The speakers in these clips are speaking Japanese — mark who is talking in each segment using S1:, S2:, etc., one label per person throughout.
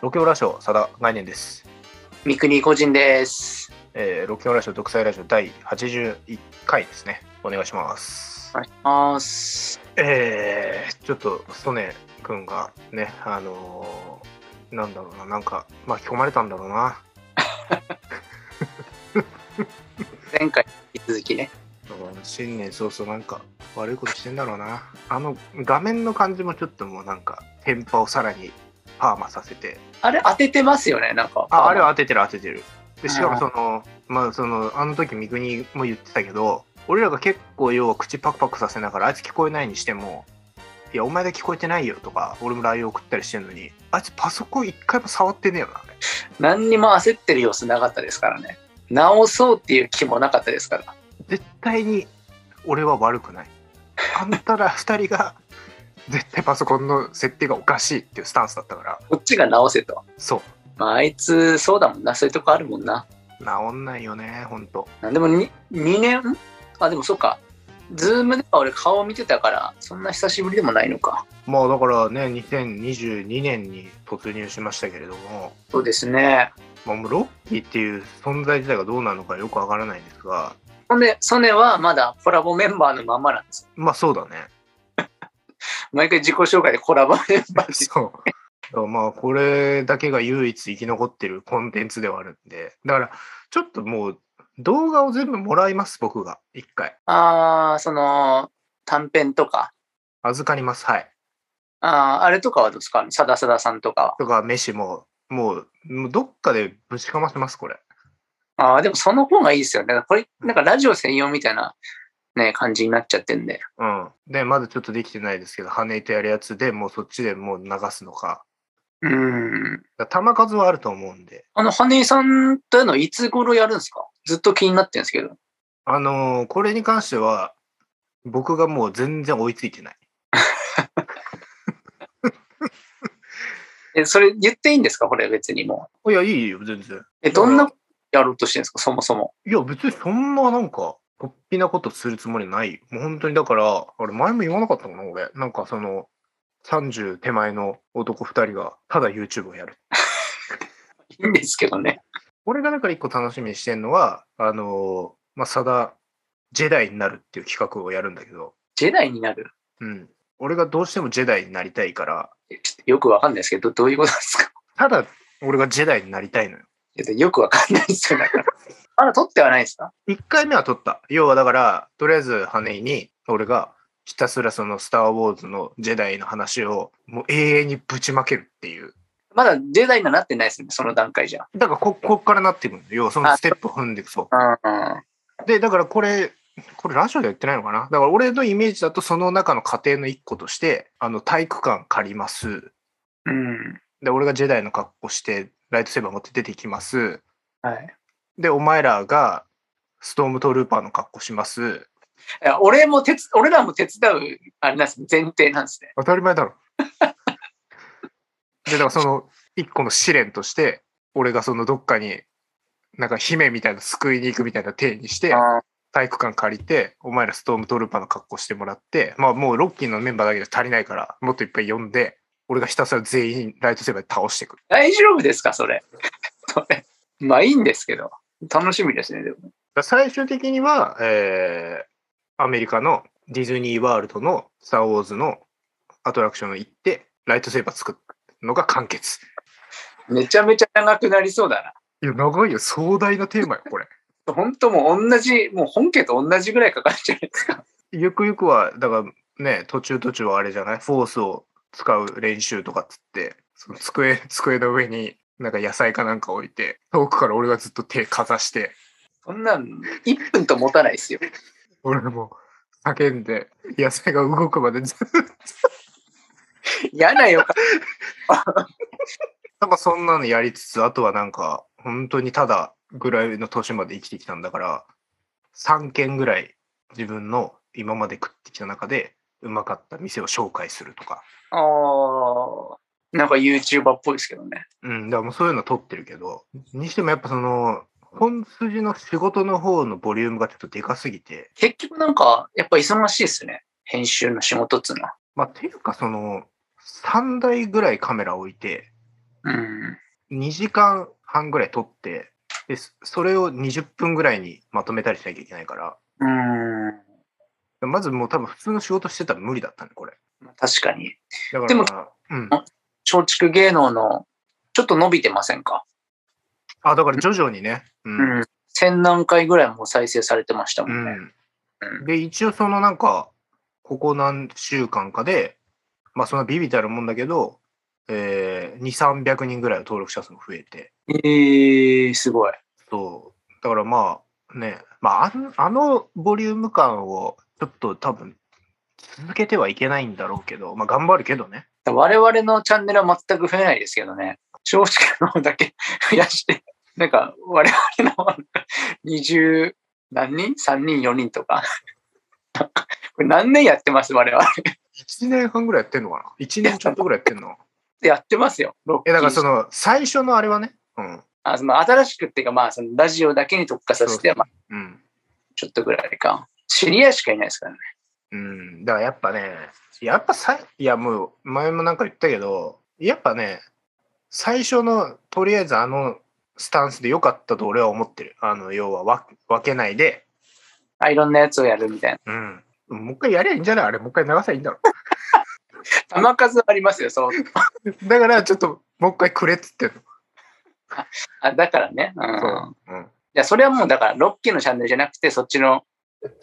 S1: ロケオラショー、さだ概念です。
S2: 三国個人です。
S1: えー、ロケオラショー独裁ラジオ第81回ですね。お願いします。
S2: お願いします。
S1: えー、ちょっと、ソネ君がね、あのーなんだろうな、なんか巻き込まれたんだろうな。
S2: 前回引き続きね。
S1: 新年早々なんか悪いことしてんだろうな。あの、画面の感じもちょっともうなんか、天パをさらにパーマさせて、
S2: あれ当ててますよね、なんか。
S1: あ、あれは当ててる当ててる。で、
S2: あー
S1: しかもその、まあその、あの時三国も言ってたけど、俺らが結構要は口パクパクさせながら、あいつ聞こえないにしても、いや、お前が聞こえてないよとか、俺も LINE 送ったりしてるのに、あいつパソコン一回も触ってねえよな。
S2: 何にも焦ってる様子なかったですからね。直そうっていう気もなかったですから。
S1: 絶対に俺は悪くない。あんたら二人が、絶対パソコンの設定がおかしいっていうスタンスだったから、
S2: こっちが直せと。
S1: そ
S2: まあ、あいつ、そうだもんな。そういうとこあるもんな。
S1: う、治んないよね、ほんと。
S2: なんでもに2年んあ、でもそっか。ズームでは俺顔見てたから、そんな久しぶりでもないのか。
S1: まあだからね、2022年に突入しましたけれども、
S2: そうですね。
S1: まあ、もうロッキーっていう存在自体がどうなのかよくわからないんですが、
S2: ほんで、ソネはまだコラボメンバーのまんまなんですよ。
S1: まあそうだね。
S2: 毎回自己紹介でコラボメンバーって
S1: そう。だからまあこれだけが唯一生き残ってるコンテンツではあるんで、だからちょっともう動画を全部もらいます、僕が。一回。
S2: ああ、その、短編とか、
S1: 預かります、はい。
S2: ああ、あれとかはどうですかさださださんとか
S1: とか、飯も、もう、もうどっかでぶちかませます、これ。
S2: は。ああ、でもその方がいいですよね。これ、なんかラジオ専用みたいな、ね、感じになっちゃってんで。
S1: うん。で、まだちょっとできてないですけど、羽糸やるやつでもうそっちでもう流すのか。
S2: うーん。
S1: だから球数はあると思うんで。
S2: あの、羽井さんというのはいつ頃やるんですかずっと気になってるんですけど。
S1: あのーこれに関しては、僕がもう全然追いついてない。
S2: え、それ言っていいんですかこれ別にもう。
S1: いや、いいよ、全然。
S2: え、どんなやろうとしてるんですかそもそも。
S1: いや、別にそんななんか、突飛なことするつもりないよ。もう本当にだから、あれ、前も言わなかったかな、俺。なんかその、30手前の男2人が、ただ YouTube をやる。
S2: いいんですけどね。
S1: 俺がだから一個楽しみにしてんのは、あのーまあ、サダ、ジェダイになるっていう企画をやるんだけど、
S2: ジェダイになる
S1: うん。俺がどうしてもジェダイになりたいから、
S2: えちょっとよくわかんないですけど、どういうことですか
S1: ただ、俺がジェダイになりたいのよ。
S2: えっとよくわかんないですよ。なんかあら、撮ってはないですか
S1: 一回目は撮った。要はだから、とりあえず、羽井に、俺が、ひたすらその、スター・ウォーズのジェダイの話を、もう永遠にぶちまけるっていう。
S2: まだジェダイにはなってないですよね、その段階じゃ。
S1: だからこ、こっからなっていくのよ。要は、そのステップを踏んでいく。そ
S2: うん。
S1: う。で、だからこれ、これラジオでは言ってないのかなだから俺のイメージだと、その中の過程の一個として、あの、体育館借ります。
S2: うん。
S1: で、俺がジェダイの格好して、ライトセーバー持って出てきます。
S2: はい。
S1: で、お前らが、ストームトルーパーの格好します。
S2: いや俺も手つ、俺らも手伝う、あれなんですね、前提なんですね。
S1: 当たり前だろ。 で、だからその一個の試練として、俺がそのどっかに、なんか姫みたいな救いに行くみたいな体にして、
S2: あ
S1: 体育館借りて、お前らストームトルーパーの格好してもらって、まあもうロッキーのメンバーだけじゃ足りないから、もっといっぱい呼んで、俺がひたすら全員ライトセーバーで倒していく。
S2: 大丈夫ですか、それ。 それ。まあいいんですけど。楽しみですね、でも。
S1: だから最終的には、えーアメリカのディズニーワールドのスター・ウォーズのアトラクションに行って、ライトセーバー作るのが完結。
S2: めちゃめちゃ長くなりそうだ
S1: いや、長いよ。壮大なテーマよ、これ。
S2: な。本当もう同じ、もう本家と同じぐらいかかるんじゃないですか。
S1: ゆくゆくは、だからね、途中途中はあれじゃないフォースを使う練習とかっつって、その机、机の上になんか野菜かなんか置いて、遠くから俺がずっと手かざして、
S2: そんなん、1分と持たないですよ。
S1: 俺も叫んで、野菜が動くまでずっと、
S2: 嫌な 予感。
S1: なんかそんなのやりつつ、あとはなんか、本当にただぐらいの年まで生きてきたんだから、3軒ぐらい自分の今まで食ってきた中で、うまかった店を紹介するとか。
S2: ああ。なんか YouTuber っぽいですけどね。
S1: うん、だからもうそういうの撮ってるけど、にしてもやっぱその、本筋の仕事の方のボリュームがちょっとでかすぎて、
S2: 結局なんか、やっぱ忙しいですね。編集の仕事っつうのは。
S1: まあ、ていうかその、3台ぐらいカメラ置いて、
S2: ううん。
S1: 2時間半ぐらい撮ってでそそれを20分ぐらいにまとめたりしなきゃいけないから
S2: うん。
S1: まずもう多分普通の仕事してたら無理だったねこれ
S2: まあ確かに。
S1: だから
S2: でも
S1: うん、
S2: 松竹芸能の、ちょっと伸びてませんか
S1: あだから徐々にねうん
S2: うん。千何回ぐらいもう再生されてましたも
S1: うん
S2: ね。
S1: んで一応そのなんかここ何週間かでまあそんなビビたるもんだけど、えー、2300人ぐらいの登録者数も増えて
S2: えー、すごい。
S1: そうだからまあねまああのあのボリューム感をちょっと多分続けてはいけないんだろうけどまあ頑張るけどね
S2: 我々のチャンネルは全く増えないですけどね。正直の方だけ 増やして、なんか我々のなんか20何人 ?3 人、4人とか。 これ何年やってます我々。
S1: 1年半ぐらいやってんのかな1年ちょっとぐらいやってんの
S2: やってますよ。ロッキ
S1: え
S2: ー
S1: だからその最初のあれはねうん
S2: あその新しくっていうか、まあ、そのラジオだけに特化させて、まあ、
S1: うん
S2: ちょっとぐらいか。知り合いしかいないですからね。
S1: うん、だからやっぱね、やっぱさい、いやもう前もなんか言ったけど、やっぱね、最初のとりあえずあのスタンスで良かったと俺は思ってる。あの、要はわ分けないで、
S2: あ、いろんなやつをやるみたいな。
S1: うん。もう一回やりゃいいんじゃないあれ、もう一回流せばいいんだろ。
S2: 玉数はありますよ、そう。
S1: だからちょっと、もう一回くれっつってんの。
S2: あだからね。うん。
S1: そうん。
S2: いや、それはもうだから、ロッキーのチャンネルじゃなくて、そっちの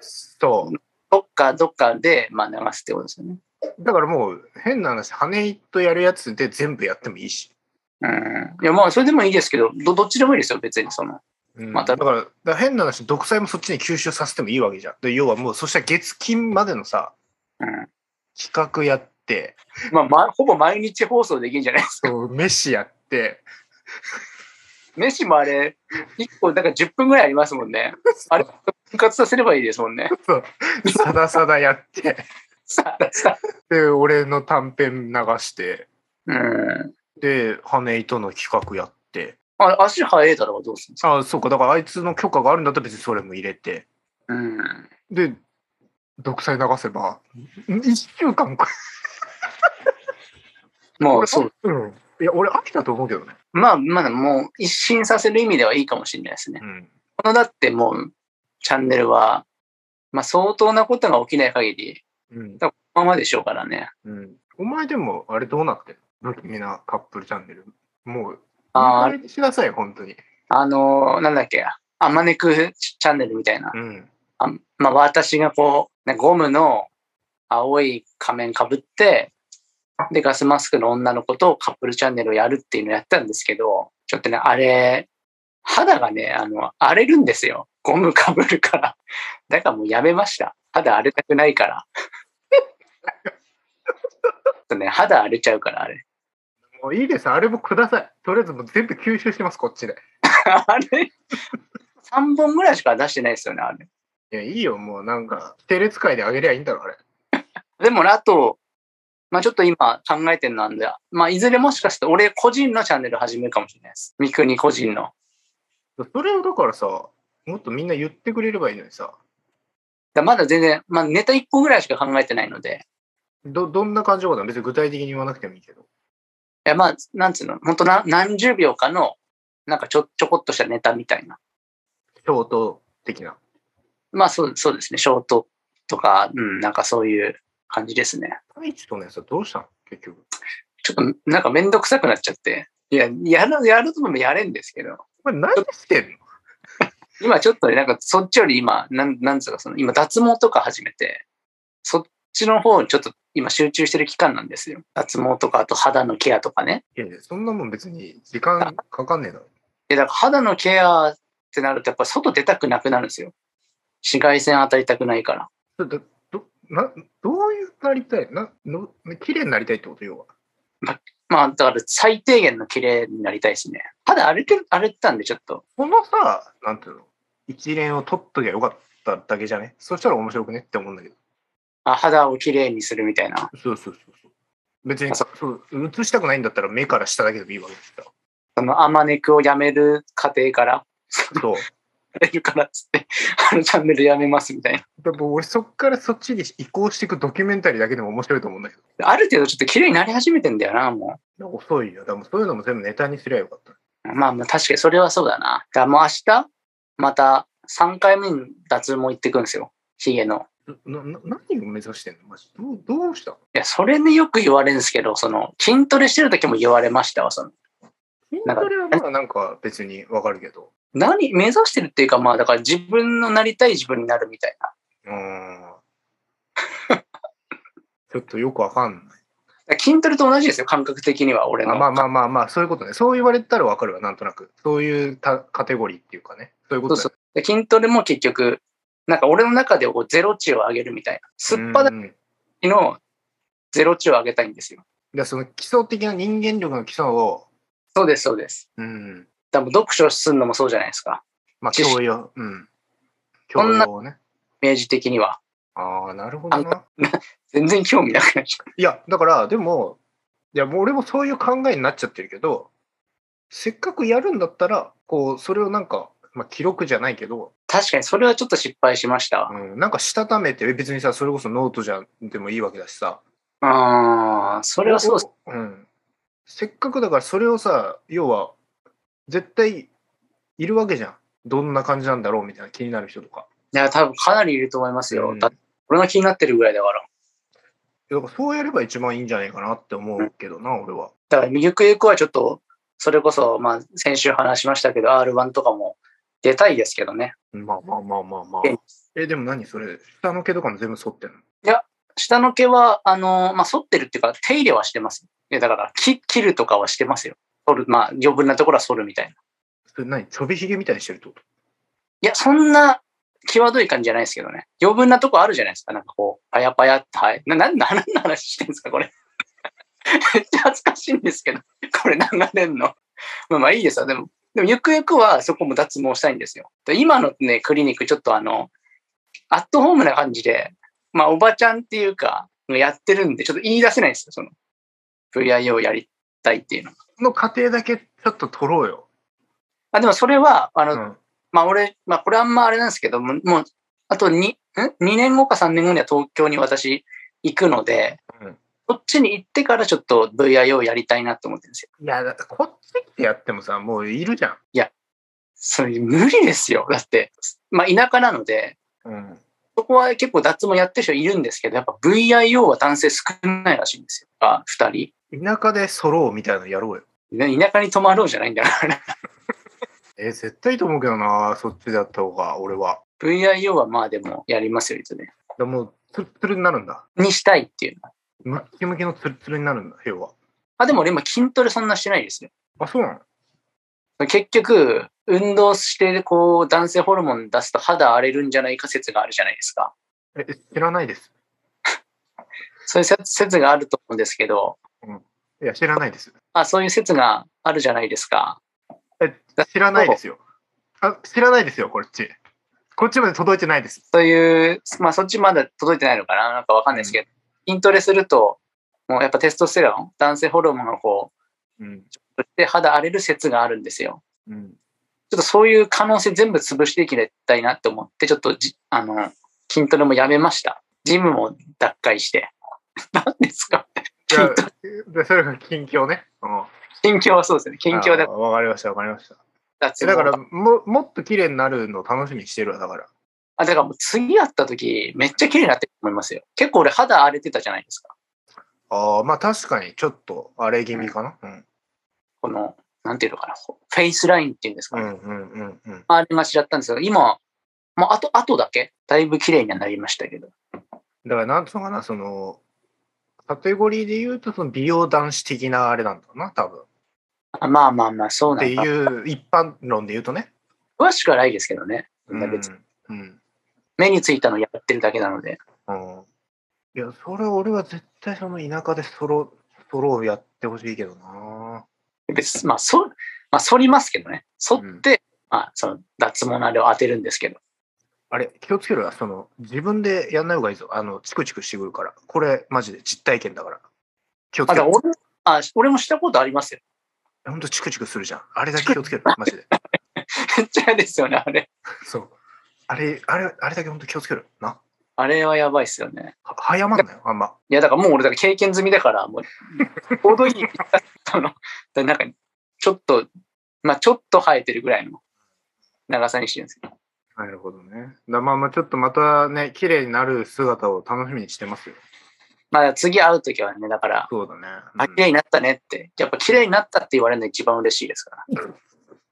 S1: そ
S2: どっかどっかで、まあ、流すってことですよね。
S1: う。だからもう、変な話、羽根とやるやつで全部やってもいいし。
S2: うん。いや、まあ、それでもいいですけど、どどっちでもいいですよ、別にその。
S1: うん、
S2: また
S1: だから、だから変な話、独裁もそっちに吸収させてもいいわけじゃん。で要はもう、そしたら月金までのさ、
S2: うん。
S1: 企画やって、
S2: まあ、ま、ほぼ毎日放送できるんじゃないですか。
S1: そう、飯やって、
S2: 飯もあれ、1個、だから10分ぐらいありますもん ね。あれ、復活させればいいですもんね。
S1: さださだやって、
S2: さあさあ
S1: で、俺の短編流して、
S2: うん。
S1: で、羽井との企画やって、
S2: あ足早いだろうがどうするんですか
S1: あそうか、だからあいつの許可があるんだったら別にそれも入れて、
S2: うん。
S1: で、独裁流せば、1週間か。
S2: もう、そう。
S1: うん。いや、俺飽きたと思うけどね。
S2: まあ、まだもう、一新させる意味ではいいかもしれないですね
S1: う。ん。
S2: この、だってもう、チャンネルは、まあ、相当なことが起きない限り、
S1: うん。
S2: まあまあでしょうからね。
S1: うん、お前でも、あれどうなってんの不気味なカップルチャンネル。もう、
S2: あ
S1: あ
S2: あ
S1: れにしなさい、本当に。
S2: あのーなんだっけ、あまねくチャンネルみたいな。
S1: うん。
S2: あまあ、私がこう、ね、ゴムの青い仮面かぶって、で、ガスマスクの女の子とカップルチャンネルをやるっていうのをやったんですけど、ちょっとね、あれ、肌がね、あの、荒れるんですよ。ゴムかぶるから。だからもうやめました。肌荒れたくないから。 ちょっとね、肌荒れちゃうから、あれ。
S1: もういいです、あれもください。とりあえずもう全部吸収してます、こっちで。
S2: あれ ?3 本ぐらいしか出してないですよね、あれ。
S1: いや、いいよ、もうなんか、テレ使いであげりゃいいんだろ、あれ。
S2: でもね、あと、まあちょっと今考えてるのなんで、まあいずれもしかして俺個人のチャンネル始めるかもしれないです。三国個人の。
S1: それをだからさ、もっとみんな言ってくれればいいのにさ、
S2: だまだ全然、まあネタ1個ぐらいしか考えてないので、
S1: ど、どんな感じのことは別に具体的に言わなくてもいいけど。
S2: いやまあ、なんつうの、本当な何十秒かの、なんかちょ、ちょこっとしたネタみたいな。
S1: ショート的な。
S2: まあそうそうですね、ショートとか、うん、なんかそういう感じですね。
S1: 太一とのやつはどうしたの結局。
S2: ちょっとなんかめんどくさくなっちゃって。いや、やる、やるともやれんですけど、
S1: これ何してんの
S2: 今ちょっとね、なんかそっちより今、なん、なんつうかその、今脱毛とか始めて、そっちの方にちょっと今集中してる期間なんですよ。脱毛とか、あと肌のケアとかね。
S1: いやいや、そんなもん別に時間かかんねえだろ。
S2: で、だから肌のケアってなるとやっぱ外出たくなくなるんですよ。紫外線当たりたくないから。
S1: それど、ど、な、どういうなりたいな、の、綺麗になりたいってこと要は。
S2: まあ、だから最低限の綺麗になりたいですね。肌荒れてる、荒れてたんでちょっと。
S1: このさ、なんていうの、一連を取っときゃよかっただけじゃねそしたら面白くねって思うんだけど。
S2: あ肌を綺麗にするみたいな。
S1: そうそうそうそう。別に
S2: あそ
S1: そう映したくないんだったら目から下だけでもいいわけですよ。
S2: その、アマネクをやめる過程から、
S1: そう。
S2: 荒れるからっつって、あのチャンネルやめますみたいな。
S1: 多分俺そっからそっちに移行していくドキュメンタリーだけでも面白いと思うんだけど。
S2: ある程度ちょっと綺麗になり始めてんだよな、もう。
S1: 遅いよ。でもそういうのも全部ネタにすりゃよかった。
S2: まあまあ確かにそれはそうだな。だからもう明日、また3回目に脱毛行ってくんですよ。ヒゲの。
S1: なな何を目指してんのマジどうどうしたの
S2: いや、それねよく言われるんですけど、その、筋トレしてる時も言われましたわ、その。
S1: 筋トレはまあなんか別にわかるけど。
S2: 何、目指してるっていうか、まあだから自分のなりたい自分になるみたいな。
S1: うーん。 ちょっとよくわかんない。
S2: だから筋トレと同じですよ、感覚的には、俺
S1: あ
S2: の。
S1: まあまあまあまあ、そういうことね。そう言われたらわかるわ、なんとなく。そういうたカテゴリーっていうかね。そういうことだ
S2: そ
S1: よ
S2: うで筋トレも結局、なんか俺の中でこうゼロ値を上げるみたいな。すっぱだ
S1: うん
S2: きのゼロ値を上げたいんですよ。
S1: でその基礎的な人間力の基礎を、
S2: そうです、そうです。
S1: うん、
S2: 多分読書するのもそうじゃないですか。
S1: まあ、
S2: 知識
S1: 教養、うん。
S2: そ
S1: 教
S2: んな
S1: 養をね。
S2: イメージ的には。
S1: ああ、なるほど
S2: あん
S1: な。
S2: 全然興味なくなっちゃう。
S1: いや、だから、でも、いや、もう俺もそういう考えになっちゃってるけど、せっかくやるんだったら、こう、それをなんか、まあ、記録じゃないけど、
S2: 確かにそれはちょっと失敗しましたわ。
S1: うん、なんかしたためて、別にさ、それこそノートじゃでもいいわけだしさ、
S2: ああ、それはそうです。
S1: う。ん。せっかくだからそれをさ、要は、絶対いるわけじゃん。どんな感じなんだろうみたいな気になる人とか。
S2: いや、多分かなりいると思いますよ。
S1: うん
S2: だって俺が気になってるぐらいだから。
S1: だからそうやれば一番いいんじゃないかなって思うけどな、俺は。
S2: だから、ゆくゆくはちょっと、それこそ、まあ、先週話しましたけど、R1 とかも出たいですけどね。
S1: まあまあまあまあまあ
S2: え。
S1: え、でも何それ下の毛とかも全部剃ってんの
S2: 下の毛は、あの、まあ、剃ってるっていうか、手入れはしてます。でだから、き切るとかはしてますよ。剃る、まあ、余分なところは剃るみたいな。い
S1: それ何ちょびひげみたいにしてるってこと
S2: や、そんな、際どい感じじゃないですけどね。余分なとこあるじゃないですか。なんかこう、パヤパヤって、はい。な、なん、なんの話してんですか、これ。めっちゃ恥ずかしいんですけど、これ流れんの。まあまあいいですよ。でも、でもゆくゆくはそこも脱毛したいんですよ。で今のね、クリニックちょっとあの、アットホームな感じで、まあおばちゃんっていうか、やってるんで、ちょっと言い出せないんですよ、その。VIO をやりたいっていうの。
S1: その過程だけちょっと取ろうよ。
S2: あ、でもそれは、あ
S1: う
S2: の、
S1: ん。
S2: まあ俺、まあこれあんまあれなんですけども、もう、あとにん 2, 年後か3年後には東京に私行くので、
S1: うん
S2: そっちに行ってからちょっと VIO をやりたいなと思ってるんですよ。
S1: いや、だこっち来てやってもさ、もういるじゃん。
S2: それ無理ですよ。だって、まあ田舎なので、
S1: うん。
S2: そこは結構脱毛やってる人いるんですけど、やっぱ VIO は男性少ないらしいんですよ。あ、2人。
S1: 田舎で剃ろうみたいなのやろうよ。
S2: ね田舎に泊まろうじゃないんだから ね。
S1: え、絶対いいと思うけどな、そっちだった方が、俺は。
S2: VIO はまあでもやりますよ、いつね。
S1: でもう、ツルツルになるんだ。
S2: にしたいっていうのは。
S1: ムッキムキのツルツルになるんだ、要は。
S2: あ、でも俺今筋トレそんなしてないですよ
S1: あ、そうなの
S2: 結局、運動して、こう、男性ホルモン出すと肌荒れるんじゃないか説があるじゃないですか。
S1: え、え知らないです。
S2: そういう説説があると思うんですけど、
S1: いや、知らないです。
S2: あ、そういう説があるじゃないですか。
S1: え、知らないですよ。あ、知らないですよ、こっち。こっちまで届いてないです。
S2: そういう、まあそっちまだ届いてないのかななんかわかんないですけど、筋トレすると、もうやっぱテストステロン、男性ホルモンがこ
S1: うん。
S2: う、で肌荒れる説があるんですよ。
S1: うん。
S2: ちょっとそういう可能性全部潰していきたいなって思って、ちょっとじ、あの、筋トレもやめました。ジムも脱会して。 何ですか
S1: いやでそれが近況ね。うん。
S2: 近況はそうですね。近況だ
S1: あーわかりました、わかりました。
S2: 脱
S1: え
S2: 毛
S1: だからも、もっと綺麗になるの楽しみにしてるわ、だから。
S2: あ、だからもう次会った時、めっちゃ綺麗になってると思いますよ。結構俺肌荒れてたじゃないですか。
S1: ああ、まあ確かに、ちょっと、あれ気味かな。うん。
S2: この、なんていうのかな、こうフェイスラインっていうんですか
S1: う
S2: ね。
S1: んうんうんうん。
S2: ありがちだったんですけど、今、まあ、あと、あとだけ、だいぶ綺麗にはなりましたけど。
S1: だから、なんつうのかな、その、カテゴリーで言うと、その美容男子的なあれなんだろうな、多分。
S2: あまあまあまあ、そ
S1: っ
S2: うな
S1: て
S2: んだ。
S1: いう、一般論で言うとね。
S2: 詳しくはないですけどね。
S1: うん。
S2: 別に
S1: うん。
S2: 目についたのやってるだけなので。
S1: うん、いや、それ俺は絶対その田舎でソロ、ソロをやってほしいけどな。
S2: 別にまあ、そ、まあ、反りますけどね。反って、まあ、その、脱毛のあれを当てるんですけど。
S1: あれ、気をつけろよ。その、自分でやんない方がいいぞ。あの、チクチクしてくるから。これ、マジで実体験だから。気をつ
S2: あ、
S1: け
S2: だから
S1: ろ。
S2: 俺、あ、俺もしたことありますよ。
S1: ほんとチクチクするじゃん。あれだけ気をつけろ。マジで。
S2: めっちゃ嫌ですよね、あれ。
S1: そう。あれ、あれ、あれだけほんと気をつけろ。な。
S2: あれはやばいっすよね。
S1: は早まんなよ、あんま。
S2: いや、だからもう俺、だから経験済みだから、もう、ちょうどいい。あの、 だなんか、ちょっと、まあ、ちょっと生えてるぐらいの長さにしてるんですけど。
S1: なるほどね。だまあまあちょっとまたね、綺麗になる姿を楽しみにしてますよ。
S2: まあ、次会うときはね、だから、
S1: そうだね。
S2: あ、綺麗になったねって。やっぱ綺麗になったって言われるのが一番嬉しいですから。
S1: うん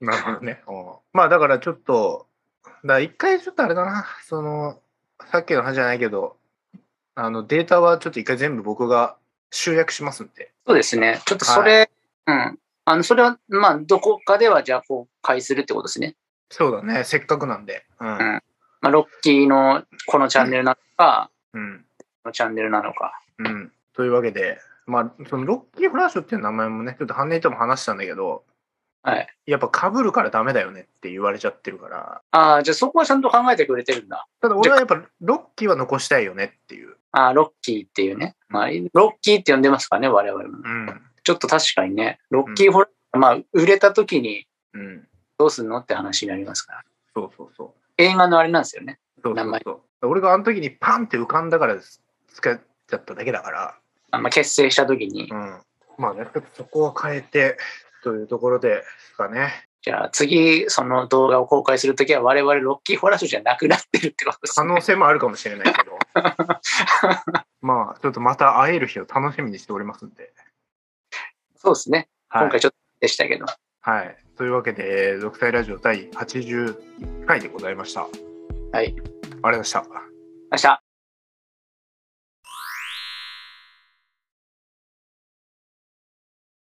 S1: なるほどね。うんまあだからちょっと、だから一回ちょっとあれだな、その、さっきの話じゃないけど、あのデータはちょっと一回全部僕が集約しますんで。
S2: そうですね。ちょっとそれ、うん。あの、それは、まあ、どこかでは、じゃあ、公開するってことですね。
S1: そうだね、せっかくなんで。うん。
S2: んまあ、ロッキーのこのチャンネルなのか、
S1: うん。
S2: このチャンネルなのか。
S1: うん。というわけで、まあ、そのロッキーフラッシュっていう名前もね、ちょっと半年とも話したんだけど、
S2: はい。
S1: やっぱ被るからダメだよねって言われちゃってるから、
S2: ああ、じゃあそこはちゃんと考えてくれてるんだ。
S1: ただ俺はやっぱロッキーは残したいよねっていう。
S2: ああ、ロッキーっていうね。まあ、ロッキーって呼んでますからね、我々も。
S1: うん。
S2: ちょっと確かにね、ロッキーホラー、まあ、売れた時に
S1: うん。
S2: どうすんのって話になりますから。
S1: そうそうそう。
S2: 映画のあれなんですよね。
S1: そう
S2: 名
S1: そう
S2: 前
S1: そう。俺があの時にパンって浮かんだからつけちゃっただけだから、
S2: あまあ、結成した時に
S1: う。ん、まあね、ちょっとそこは変えてというところですかね。
S2: じゃあ次、その動画を公開するときは我々ロッキーホラーショーじゃなくなってるってことです
S1: 可
S2: ね。
S1: 能性もあるかもしれないけ ど、まあちょっとまた会える日を楽しみにしておりますんで。
S2: そうですね。
S1: はい
S2: 今回ちょっとでしたけど。
S1: はい、というわけで、えー独裁ラジオ第81回でございました。ありがと
S2: はい。
S1: うございました。
S2: 明日。